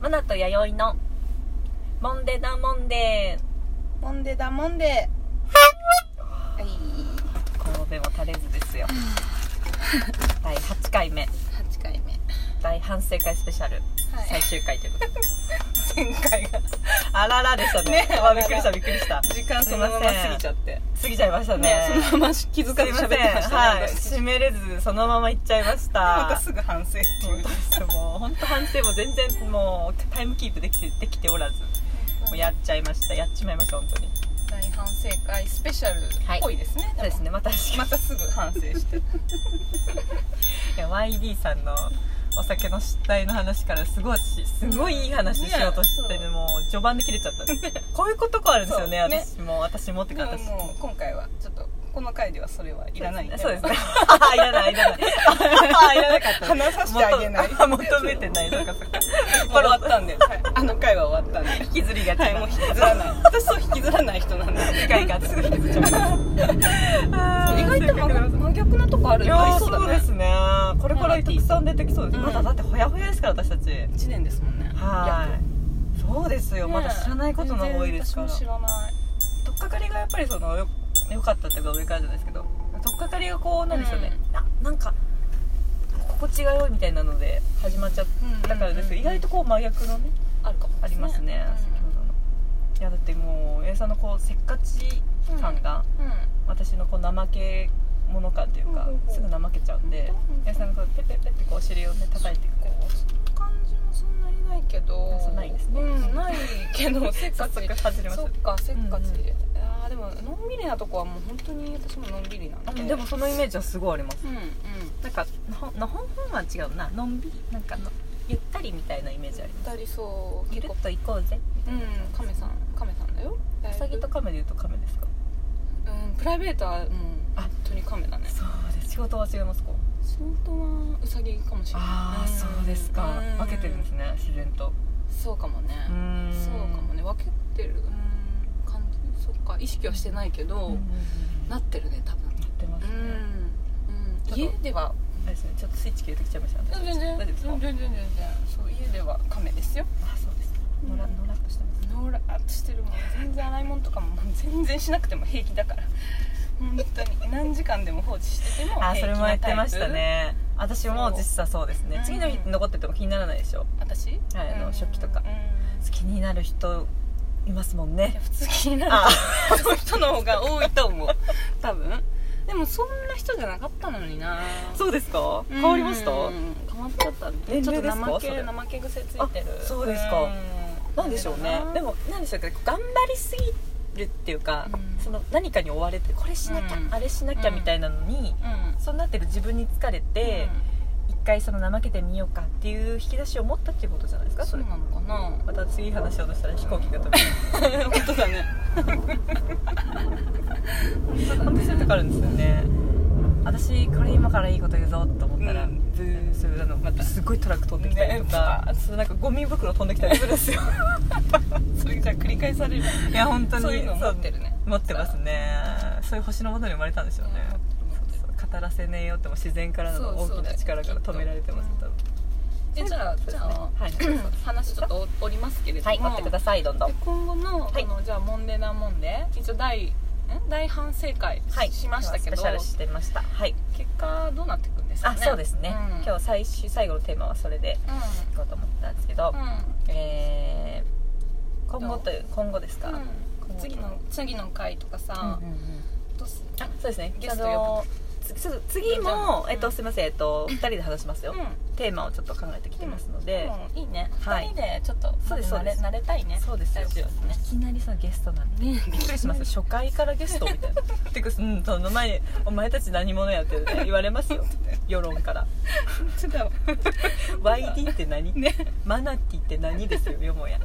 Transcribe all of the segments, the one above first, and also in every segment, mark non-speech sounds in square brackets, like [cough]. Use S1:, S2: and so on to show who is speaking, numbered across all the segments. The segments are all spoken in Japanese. S1: マナと弥生のモンデダモンデ
S2: モンデだモンデはい
S1: 神戸も垂れずですよ第8回目
S2: 8回目
S1: 大反省会スペシャル、
S2: はい
S1: 最終回ということで
S2: 前回が
S1: あららでしたね
S2: ね
S1: わあびっくりしたびっくりした
S2: 時間そのまま過ぎちゃって
S1: 過ぎちゃいましたね
S2: ねそのまま気づか
S1: すい
S2: ず
S1: ません、
S2: 喋ってました
S1: はい
S2: ね
S1: 締めれずそのまま行っちゃいました
S2: またすぐ反省っていう
S1: もう本当反省も全然もうタイムキープできてできておらずもうやっちゃいましたやっちまいました本当に
S2: 大反省会スペシャルっぽいですね、
S1: そうですねまた
S2: またすぐ反省して
S1: いや YD さんのお酒の失態の話からすごいしすごいいい話しようとしてる、
S2: ね
S1: もう序盤で切れちゃったこういうことこあるんですよね
S2: そうね
S1: 私も私もって
S2: で
S1: か
S2: も
S1: 私
S2: もう今回はちょっとこの回ではそれはいらないん
S1: そうですねいらないい
S2: [laughs]
S1: らないいらなかった
S2: 話させてあげ [laughs] ない
S1: 求求めてないそっ
S2: [laughs]
S1: かそっか
S2: 終わったんで、はいあの回は終わったんで
S1: 引きずりがちな、
S2: はい、もう引きずらない。 [laughs] 私そう引きずらない人なんで。
S1: 機会があってすぐ引きずっちゃう
S2: 意外と真逆真逆なとこある
S1: いや
S2: あ
S1: ー
S2: りそう
S1: そう
S2: だ
S1: で
S2: ね。
S1: すねこれからたくさん出てきそうです、
S2: うん
S1: まだだってほやほやですから私たち
S2: 一年ですもんね。
S1: はいそうですよ、
S2: 逆
S1: まだ知らないことの方が多いですから
S2: 全然私も知らない。
S1: とっかかりがやっぱりそのよよかったっていうか上からじゃないですけどとっかかりがこうなんでしょうね、あなんか心地が良いみたいなので始まっちゃったからですけど、
S2: うんうんうん
S1: 意外とこう真逆のね
S2: あるかも
S1: ありますね、先ほどのいやだってもう A さんのこうせっかち感が、
S2: うん。
S1: 私のこう怠け者感というか、
S2: うんうんうん
S1: すぐ怠けちゃうんで
S2: 本当本当
S1: A さんがこうペッペッペッってこうお尻をね叩いてこう
S2: 感じもそんなにないけど。
S1: そうないですね
S2: うん、ないけど [laughs] せっか
S1: 早
S2: ち。
S1: 速外れます
S2: そっかせっかち。
S1: うんうん
S2: ああでものんびりなとこはもう本当に私ものんびりなんで。
S1: でも。そのイメージはすごいあります
S2: うんうん。
S1: なんかのほのほんほんは違うなのんびりなんかのゆったりみたいなイメージあります
S2: 二人そう
S1: ゆる
S2: 結構
S1: っ。と行こうぜ
S2: うん、亀さん亀さんだよ。
S1: うさぎと亀で言うと亀ですか
S2: うん、プライベートはもう
S1: あ
S2: 本当にカメだね
S1: そうです仕事は違いますか
S2: 仕事はウサギかもしれない
S1: ああそうですか
S2: うん
S1: 分けてるんですね自然と
S2: そうかもね
S1: うーん
S2: そうかもね分けてるうん感じそっか意識はしてないけど、
S1: うんうんうん
S2: な
S1: なっ
S2: ってるね多分
S1: てます
S2: う
S1: ね
S2: ん、うん、家では
S1: あれですねちょっとスイッチ切れてきちゃいました
S2: 全然
S1: 大
S2: 全
S1: 丈夫
S2: 然
S1: ですか
S2: 全然全然そう家ではカメですよ
S1: あそうですのら
S2: うん
S1: のらっとしてます
S2: ノーラーっとしてるもん全然洗い物とかも [laughs] もう全然しなくても平気だから本当に何時間でも放置してても平
S1: あ
S2: 気なタイプ
S1: それもやってましたね私も実際そうですね
S2: そう
S1: 次の日残ってても気にならないでしょ
S2: 私
S1: はいあの
S2: うん
S1: 食器とか
S2: うん
S1: 気になる人いますもん
S2: いや
S1: ね
S2: 普通気になる
S1: あ
S2: その人の方が多いと思う多分でもそんな人じゃなかったのにな
S1: そうですか変わりました
S2: うん変わっちゃった
S1: 年
S2: ちょっ
S1: 齢
S2: と
S1: ですか
S2: 怠
S1: そ
S2: け
S1: れ
S2: 怠け癖ついてる
S1: あそうですかなんでしょうねで
S2: も
S1: もなんでしょうけど頑張りすぎるっていうか
S2: うん
S1: その何かに追われてこれしなきゃ
S2: うん
S1: あれしなきゃみたいなのに
S2: うん
S1: そうなってる自分に疲れて一回その怠けてみようかっていう引き出しを持ったっていうことじゃないです
S2: うん
S1: かそ
S2: そう
S1: れ
S2: なのかな
S1: また次話しようとしたら飛行機が飛ぶ
S2: 本当だね
S1: 本当そういうとこあるんですよね私これ今からいいこと言うぞと思ったら、
S2: うん
S1: ブーするあのまたすごいトラック飛んできたりとか、
S2: ね
S1: そうなんかゴミ袋飛んできたりするんですよ
S2: それじゃあ繰り返される
S1: いや本当に
S2: そういうの持ってるね
S1: そう持ってますねそういう星のもとに生まれたんでしょうね
S2: うん持ってる持
S1: そう語らせねえよっても自然からの
S2: そうそう
S1: 大きな力から止められてます
S2: きっと
S1: 多分
S2: えじゃあじゃあ
S1: はいそうそうそう
S2: 話ちょっとおりますけれども
S1: はい待ってくださいどんどん
S2: で今後の,、
S1: はい
S2: このじゃあモンデナモンデ一応大ん大反省会
S1: はい
S2: しましたけど、
S1: 今日はスペシャルしてましたはい
S2: 結果どうなってくんですか
S1: あ
S2: ね
S1: そうですね、
S2: うん、
S1: 今日最終最後のテーマはそれでいこうと思ったんですけど、
S2: うん、
S1: えー今後という今後ですか、
S2: うん
S1: 今後
S2: 次の次の回とかさ、
S1: うんうんうん
S2: どうす
S1: あそうですね
S2: ゲスト
S1: あのつつ次も、
S2: うん
S1: えっと、すみません、えっと、2人で話しますよ、
S2: うん
S1: テーマをちょっと考えてきてますので、
S2: もういいね、
S1: はい
S2: 二人でちょっと
S1: そうです
S2: 慣
S1: そうで
S2: れ
S1: す
S2: 慣れたいね
S1: そうですよ
S2: そうですね
S1: いきなりそのゲストなんで
S2: ね
S1: びっくりしますよ初回からゲストみたいなてか [laughs] うんその前に「お前たち何者や」って、ね、言われます [laughs] よ世論から
S2: ちょっと
S1: 「YD って何マナティって何?」ですよよもや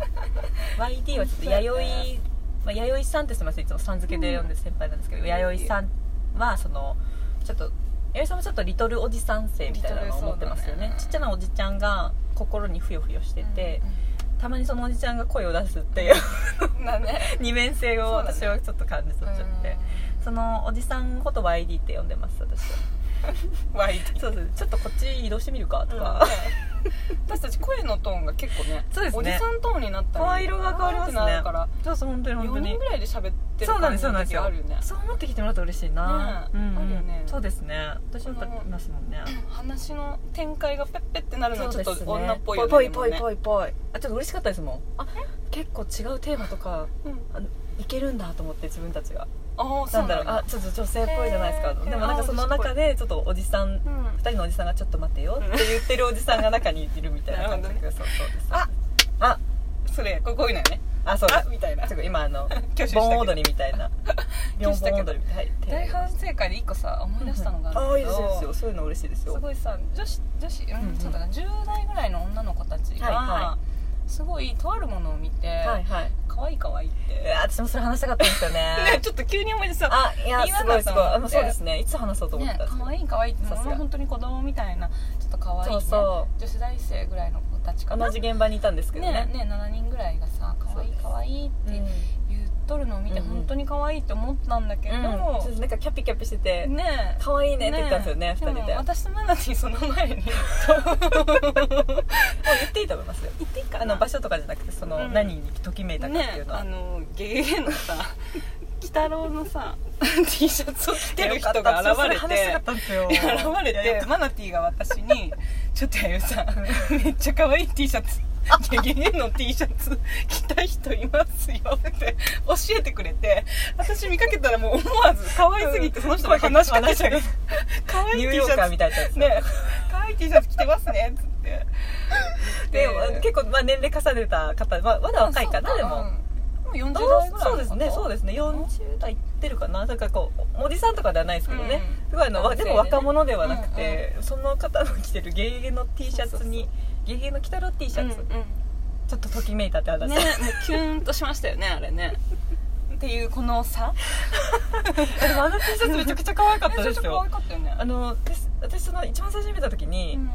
S1: YD はちょっと弥生、まあ、弥生さんってすみませんいつもさん付けで呼んでる先輩なんですけど、
S2: うん
S1: 弥生さんはそのちょっと弥生さんもちょっとリトルおじさん生みたいなのを持ってますよね
S2: リトルそうだね
S1: ちっちゃなおじちゃんが心にふよふよしてて、たまにそのおじちゃんが声を出すっていう
S2: うんだね
S1: [laughs] 二面性を
S2: そうだね
S1: 私はちょっと感じ取っちゃって、そのおじさんこと YD って呼んでます私は
S2: うん YD
S1: そうそうちょっとこっち移動してみるかとか、
S2: とか私たち声のトーンが結構ね
S1: そうですね
S2: おじさんトーンになった
S1: 声色が変わりますね
S2: なるから
S1: そうそう本当に本当
S2: 4
S1: に
S2: 人ぐらいで喋ってる
S1: そうなん
S2: 感
S1: です
S2: じ
S1: そう
S2: の
S1: なんです
S2: 時
S1: よ
S2: あるよね
S1: そう思ってきてもらうと嬉しいな、
S2: ねえ
S1: うんうん
S2: あるよね
S1: そうですね私もやっぱいますもんね
S2: 話の展開がペッペってなるのはちょっと
S1: そうですね
S2: 女っぽい
S1: ぽ
S2: よ
S1: い
S2: ね
S1: ぽいぽい
S2: でも
S1: ぽ
S2: ね
S1: いぽいあちょっと嬉しかったですもんあ結構違うテーマとか
S2: うん
S1: あのいけるんだと思って自分たちが
S2: ああそ
S1: な
S2: うん
S1: だろ
S2: なん
S1: う
S2: だ
S1: あちょっと女性っぽいじゃないですか
S2: へー
S1: でもなんかその中でちょっとおじさん
S2: うん
S1: 2人のおじさんが「ちょっと待ってよ」って言ってるおじさんが中にいるみたいな感じで、
S2: なる
S1: そうそうです
S2: あ
S1: あ
S2: それこれこういうのよね [laughs]
S1: あそうです
S2: あみたいな
S1: ちょっと今あの
S2: [laughs] 挙手したけど
S1: 盆踊りみたいな
S2: [laughs] 挙手
S1: 盆
S2: したけど
S1: 踊りみたいな
S2: 大反省会で一個さ思い出したのがあ
S1: ああい
S2: る
S1: いで
S2: んだ
S1: す
S2: け
S1: よいいです
S2: ど
S1: よそういうの嬉しいですよ
S2: すごいさ女子女子
S1: うんう
S2: うんんそうだな10代ぐらいの女の子たち
S1: はいは
S2: がすごいとあるものを見て
S1: はいはい
S2: 可愛い可愛いっ
S1: い
S2: て
S1: や私もそれ話したかったんですよ
S2: ね
S1: ね
S2: [laughs] ちょっと急に思い出した
S1: あいや
S2: 言わ
S1: す
S2: な
S1: ご
S2: か
S1: い
S2: っ
S1: す
S2: た
S1: ご
S2: の
S1: いあのそうですねいつ話そうと思っ
S2: ね
S1: てたんですけ
S2: 可
S1: ど、
S2: 愛い可愛いって
S1: さすが
S2: 本当に子供みたいなちょっと可愛い、
S1: そ
S2: ね、
S1: うそ
S2: 女子大生ぐらいの子たちか
S1: う
S2: な
S1: 同じ現場にいたんですけどね
S2: ねね7人ぐらいがさ可愛い可愛いって
S1: うん
S2: 言っとるのを見て
S1: うんうん
S2: 本当に可愛いって思ったんだけど、
S1: うんそうですなんかキャピキャピしてて
S2: ね
S1: 可愛いねって言ったんですよね二
S2: でも
S1: 人でもう
S2: 私とマナティーその前に
S1: 言っていいと思いますよ
S2: 行っていいかな
S1: あの場所とかじゃなくてその
S2: うん
S1: 何にときめいたかってい
S2: ね
S1: うのは、
S2: あのゲゲのさ鬼太郎のさ [laughs] T シャツを着てる人が現れ
S1: よかったそれ話したか
S2: て
S1: ったんですよ
S2: [laughs] 現れ
S1: いやい
S2: て
S1: や
S2: マナティーが
S1: [laughs]
S2: 私に「ちょっとやゆさめっちゃ可愛い T シャツ」ゲゲゲの T シャツ着た人いますよって教えてくれて私見かけたらもう思わず可愛すぎてその人に話しかけちゃう
S1: 話し
S2: 可愛
S1: ニ
S2: い
S1: ュー
S2: T
S1: ヨ
S2: シ
S1: ーカ
S2: ャ
S1: ー
S2: ツ
S1: みたいなやつ
S2: ね可愛い T シャツ着てますねっつって
S1: で結構まあ年齢重ねた方、まあ、まだ若いかなでも、
S2: うんもう40
S1: どう
S2: 代ぐらい
S1: そうですねそうですね40代いってるかななんかこうおじさんとかではないですけどね、すごいあのわでも
S2: 男性でね
S1: 若者ではなくて、その方の着てるゲゲゲの T シャツにゲゲゲの鬼太郎 T シャツ、
S2: うんうん
S1: ちょっとときめいたって話、
S2: ねもうキュンとしましたよねあれねっていうこの差
S1: でもあの T シャツめちゃくちゃ可愛かったです
S2: 可
S1: よ
S2: 愛かったよね
S1: あのです私その一番最初に見た時に、
S2: うん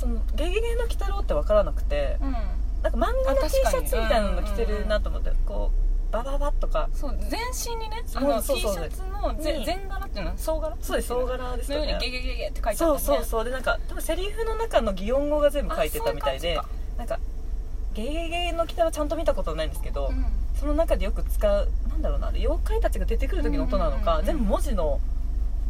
S1: そのゲゲゲの鬼太郎って分からなくて、
S2: うん
S1: なんか漫画の
S2: あ
S1: T シ
S2: 確か
S1: ャ
S2: に
S1: ツみたいなの着てるなと思って、こうバババッとか
S2: そう全身にねあ
S1: う
S2: の
S1: ん
S2: T
S1: そう
S2: シ
S1: そう
S2: ャツのぜ
S1: に
S2: 全柄っていうのは総柄
S1: そうです総柄です
S2: のよ
S1: よ
S2: う
S1: ね
S2: にゲゲゲゲって書いてあ
S1: そ
S2: っ
S1: う
S2: た
S1: そう
S2: う
S1: そうでなんか多分セリフの中の擬音語が全部書いてたみたいで
S2: あそういう
S1: なんか「ゲゲゲの鬼太郎」ちゃんと見たことないんですけど、
S2: ん
S1: その中でよく使うなんだろうな妖怪たちが出てくる時の音なのか、
S2: うんうんうんうん
S1: 全部文字の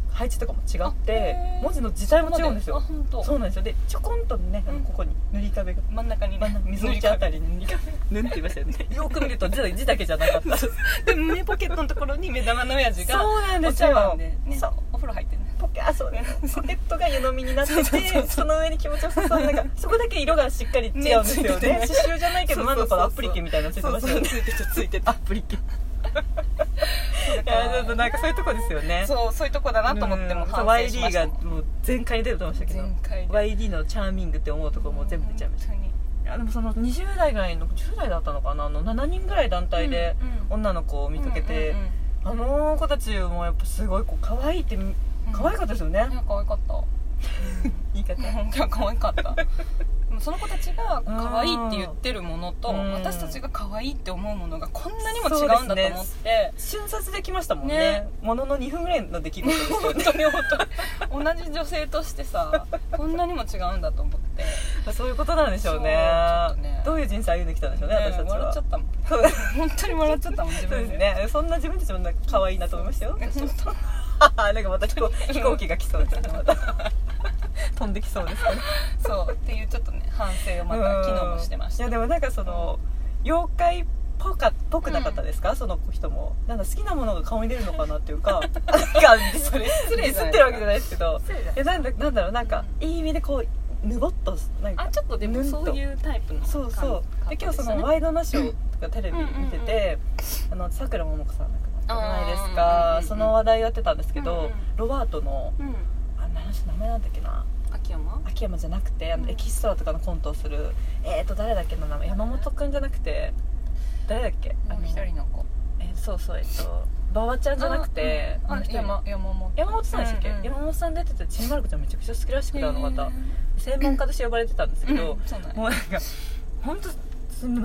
S1: 配置とかも違っ
S2: あ
S1: て
S2: へー
S1: 文字の字体も違うんです
S2: あ
S1: よ
S2: 本当
S1: そうなんですよでちょこんとねあの
S2: うん
S1: ここに塗り壁が
S2: 真ん中に
S1: 真ん
S2: ね
S1: 中溝口あ
S2: [laughs]
S1: たりに塗り [laughs] 壁
S2: 塗って言いましたよね
S1: よく見ると字字だけじゃなかった
S2: で胸ポケットのところに目玉の親父が
S1: そうなん
S2: お
S1: です
S2: 茶
S1: よ
S2: 碗で、ね
S1: そう、
S2: お風呂入ってるね
S1: ポケあ [laughs] そうポケットが湯飲みになってて
S2: そうそうそうそう
S1: その上に気持ちよさそうななんかそこだけ色がしっかり違うんですよ
S2: ねついて
S1: ね
S2: ね
S1: 刺繍じゃないけど
S2: そうそ
S1: な
S2: うんそ
S1: だ
S2: う
S1: かアプリケみたいなのついてますよね
S2: ついてたついてた
S1: アプリケい
S2: い
S1: やちょっとなんかそういうとこですよね
S2: そうそういうとこだなと思っても
S1: うん
S2: 反省しま
S1: YD
S2: した
S1: がもう全開に出ると思いましたけど
S2: 全開で
S1: YD のチャーミングって思うとこも全部出ちゃいました
S2: 本
S1: いやでもその20代ぐらいの10代だったのかなあの7人ぐらい団
S2: 当に
S1: 体で
S2: うん
S1: 女の子を見かけて、
S2: うんうんうん
S1: あの子たちもやっぱすごいこう可愛いって可愛かったですよね、
S2: いや可愛かった
S1: 言い方
S2: 本当は可愛かったでもその子たちが可愛いって言ってるものと
S1: うん
S2: 私たちが可愛いって思うものがこんなにも違うんだと思っ
S1: そ
S2: て
S1: 瞬殺できましたもんね
S2: ね
S1: ものの2分ぐらいの出来事ですよ [laughs]
S2: 本
S1: ね
S2: 当に本当に同じ女性としてさこんなにも違うんだと思って
S1: そういうことなんでしょうね
S2: そうちょっとね
S1: どういう人生歩んできたんでしょうね
S2: ね
S1: 私たち
S2: 笑っ
S1: は
S2: ちゃったもん
S1: そう
S2: 本当に笑っちゃったもん
S1: そ
S2: 自
S1: うで
S2: 分
S1: すねそんな自分たちもなんか可愛いなと思いましたよ
S2: 本当
S1: あなんかまた飛行飛行機が来 [laughs] そうですねまた飛んできそうですね
S2: そうっていうちょっとね反省をまた昨日もしてました
S1: うんいやでもなんかその妖怪っぽかっぽくなかったですか、その人もなんか好きなものが顔に出るのかなっていうか [laughs] なんかそれ失
S2: 礼
S1: 礼
S2: じ
S1: す
S2: ゃない
S1: ってるわけじ [laughs] ゃないですけど
S2: そうだ
S1: いやなんだなんだろうなんか、いい意味でこうぬぼっとなんか
S2: あちょっとでもそういうタイプの
S1: そうそう
S2: 感
S1: で
S2: じ
S1: 今日その
S2: 方
S1: ワイドナショーとかテレビ見ててあのさくらももこさん亡くなったじゃないです
S2: あーうんうん
S1: か
S2: うん
S1: その話題やってたんですけ
S2: うんう
S1: ど
S2: ん
S1: ロバートの
S2: でしたね
S1: あ何し名前なんだっけな
S2: うん秋山
S1: 秋山じゃなくてあ
S2: うん
S1: のエキストラとかのコントをするえっと誰だっけの名前山本くんじゃなくて誰だっけあ
S2: も
S1: の
S2: う一人の子
S1: えそうそうえっと馬場ちゃんじゃなくて
S2: あ
S1: あの人
S2: 山山本
S1: 山本さんでしたっけ、
S2: うんうん
S1: 山本さん出ててちんまる子ちゃんめちゃくちゃ好きらしくてあの
S2: へ
S1: 方
S2: ー
S1: 専門家として呼ばれてたんですけど、
S2: うんそうなんや
S1: もうなんか本当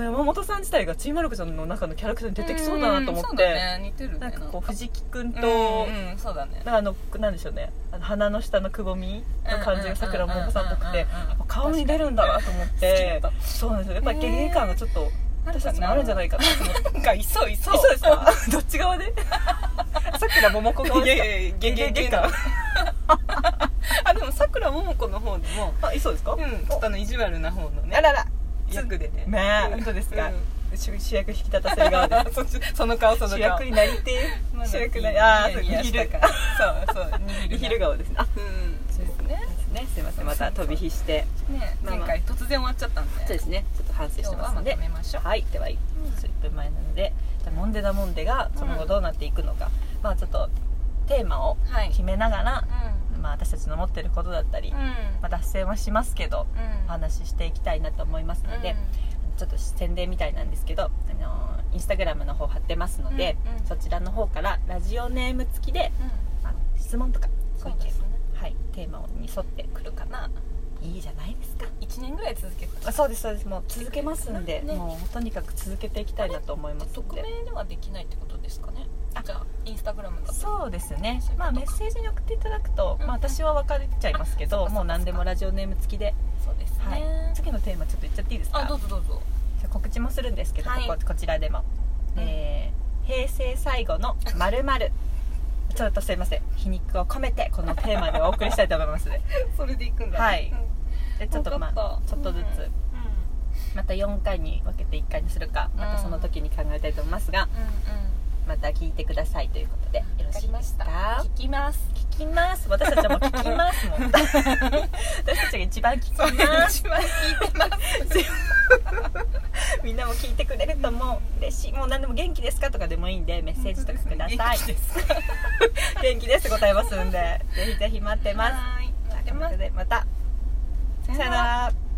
S1: 山本さん自体がちーまる子ちゃんの中のキャラクターに出てきそうだなと思
S2: うんそう
S1: って、
S2: だね似てるね
S1: なんかこう藤木君と、
S2: うんうんそうだね
S1: なんかあのなんでしょうねあの鼻の下のくぼみの感じがさくらももこさんっぽくて
S2: うんうんうんうんうん
S1: やっぱ顔に出るんだなと思っ
S2: 確
S1: て
S2: かに
S1: そうなんですよやっぱりゲゲ感がちょっと
S2: なんかな
S1: 私たちもあるんじゃないかなと思って
S2: なんかいそういそう
S1: そうですか [laughs] どっち側
S2: [laughs]
S1: でさくらももこ側
S2: い
S1: で
S2: やい
S1: すか
S2: やいや
S1: ゲゲゲ
S2: な
S1: 感
S2: あでもさくらももこの方でも
S1: あいそうですか、
S2: うんちょっとあの意地悪な方のね
S1: あらら
S2: 役でね
S1: ねえ
S2: うん
S1: 本当ですか、
S2: うん
S1: 主主役引き立たせる側です
S2: そっちその顔その顔
S1: 主役になりてえ
S2: まだ
S1: 主役になりああ
S2: ニヤニヤ
S1: 握
S2: した
S1: る
S2: からそうそう
S1: 握
S2: 握
S1: る
S2: る
S1: 顔ですねあ
S2: うんそうですね
S1: ですねすいませんまた飛び火して
S2: ね
S1: まあ
S2: 前
S1: まあ
S2: 回突然終わっちゃったん
S1: そう
S2: で
S1: ですねちょっと反省し
S2: 今
S1: て
S2: 日
S1: ま
S2: は
S1: す
S2: ま
S1: ので
S2: とめましょう
S1: はいでは1分前なので、じゃあモンデダモンデがその後どうなっていくのか、まあちょっとテーマを
S2: はい
S1: 決めながら、
S2: う
S1: まあ私たちの持ってることだったり、
S2: ん
S1: まあ脱線はしますけどお話ししていきたいなと思いますので、ちょっと宣伝みたいなんですけど、あのーインスタグラムの方貼ってますので、
S2: うんうん
S1: そちらの方からラジオネーム付きで
S2: うんうん
S1: あの質問とかご
S2: そ
S1: 意
S2: う
S1: 見
S2: ですね
S1: はいテーマに沿ってくるかな
S2: まあ
S1: いいじゃないですか
S2: 一年ぐらい続けた
S1: あそうですそうですもう続けますんで、
S2: ね
S1: もうとにかく続けていきたいなと思いますん
S2: 匿
S1: で
S2: 名ではできないってことですかね
S1: あ
S2: じゃあインスタグラムだと
S1: そうですね
S2: そういうことか
S1: まあメッセージに送っていただくと、
S2: うん
S1: まあ、私は分かっちゃいますけ
S2: あそ
S1: ど
S2: っかそっか
S1: もう何でもラジオネーム付きで、
S2: そうです
S1: はい
S2: ね
S1: 次のテーマちょっと言っちゃっていいですか
S2: あどうぞどうぞ
S1: じゃあ告知もするんですけど、
S2: はい
S1: こここちらでも、
S2: うん
S1: えー平成最後のまるまるちょっとすいません皮肉を込めてこのテーマでお送りしたいと思いますね
S2: それでいくんだ
S1: はい
S2: うん
S1: でちょっとま
S2: よか
S1: あ
S2: た
S1: ちょっとずつ、また4回に分けて1回にするかまたその時に考えたいと思いますが、
S2: うんうん
S1: また聞いてくださいということでよ
S2: うん
S1: ろ
S2: わか
S1: し
S2: り
S1: い
S2: ま
S1: です
S2: した
S1: か
S2: 聞きます
S1: 聞きます私たちはもう聞きます
S2: [laughs]
S1: もん私たちが一番聞き
S2: そう一
S1: ま
S2: 番
S1: す
S2: 聞いてます
S1: みんなも聞いてくれるともう嬉しいもう何でも元気ですかとかでもいいんでメッセージとかください
S2: 元気です
S1: 元気ですって答えますんでぜひぜひ待ってます
S2: はーい待ってま
S1: ということ
S2: す
S1: でまた
S2: さ
S1: さよなら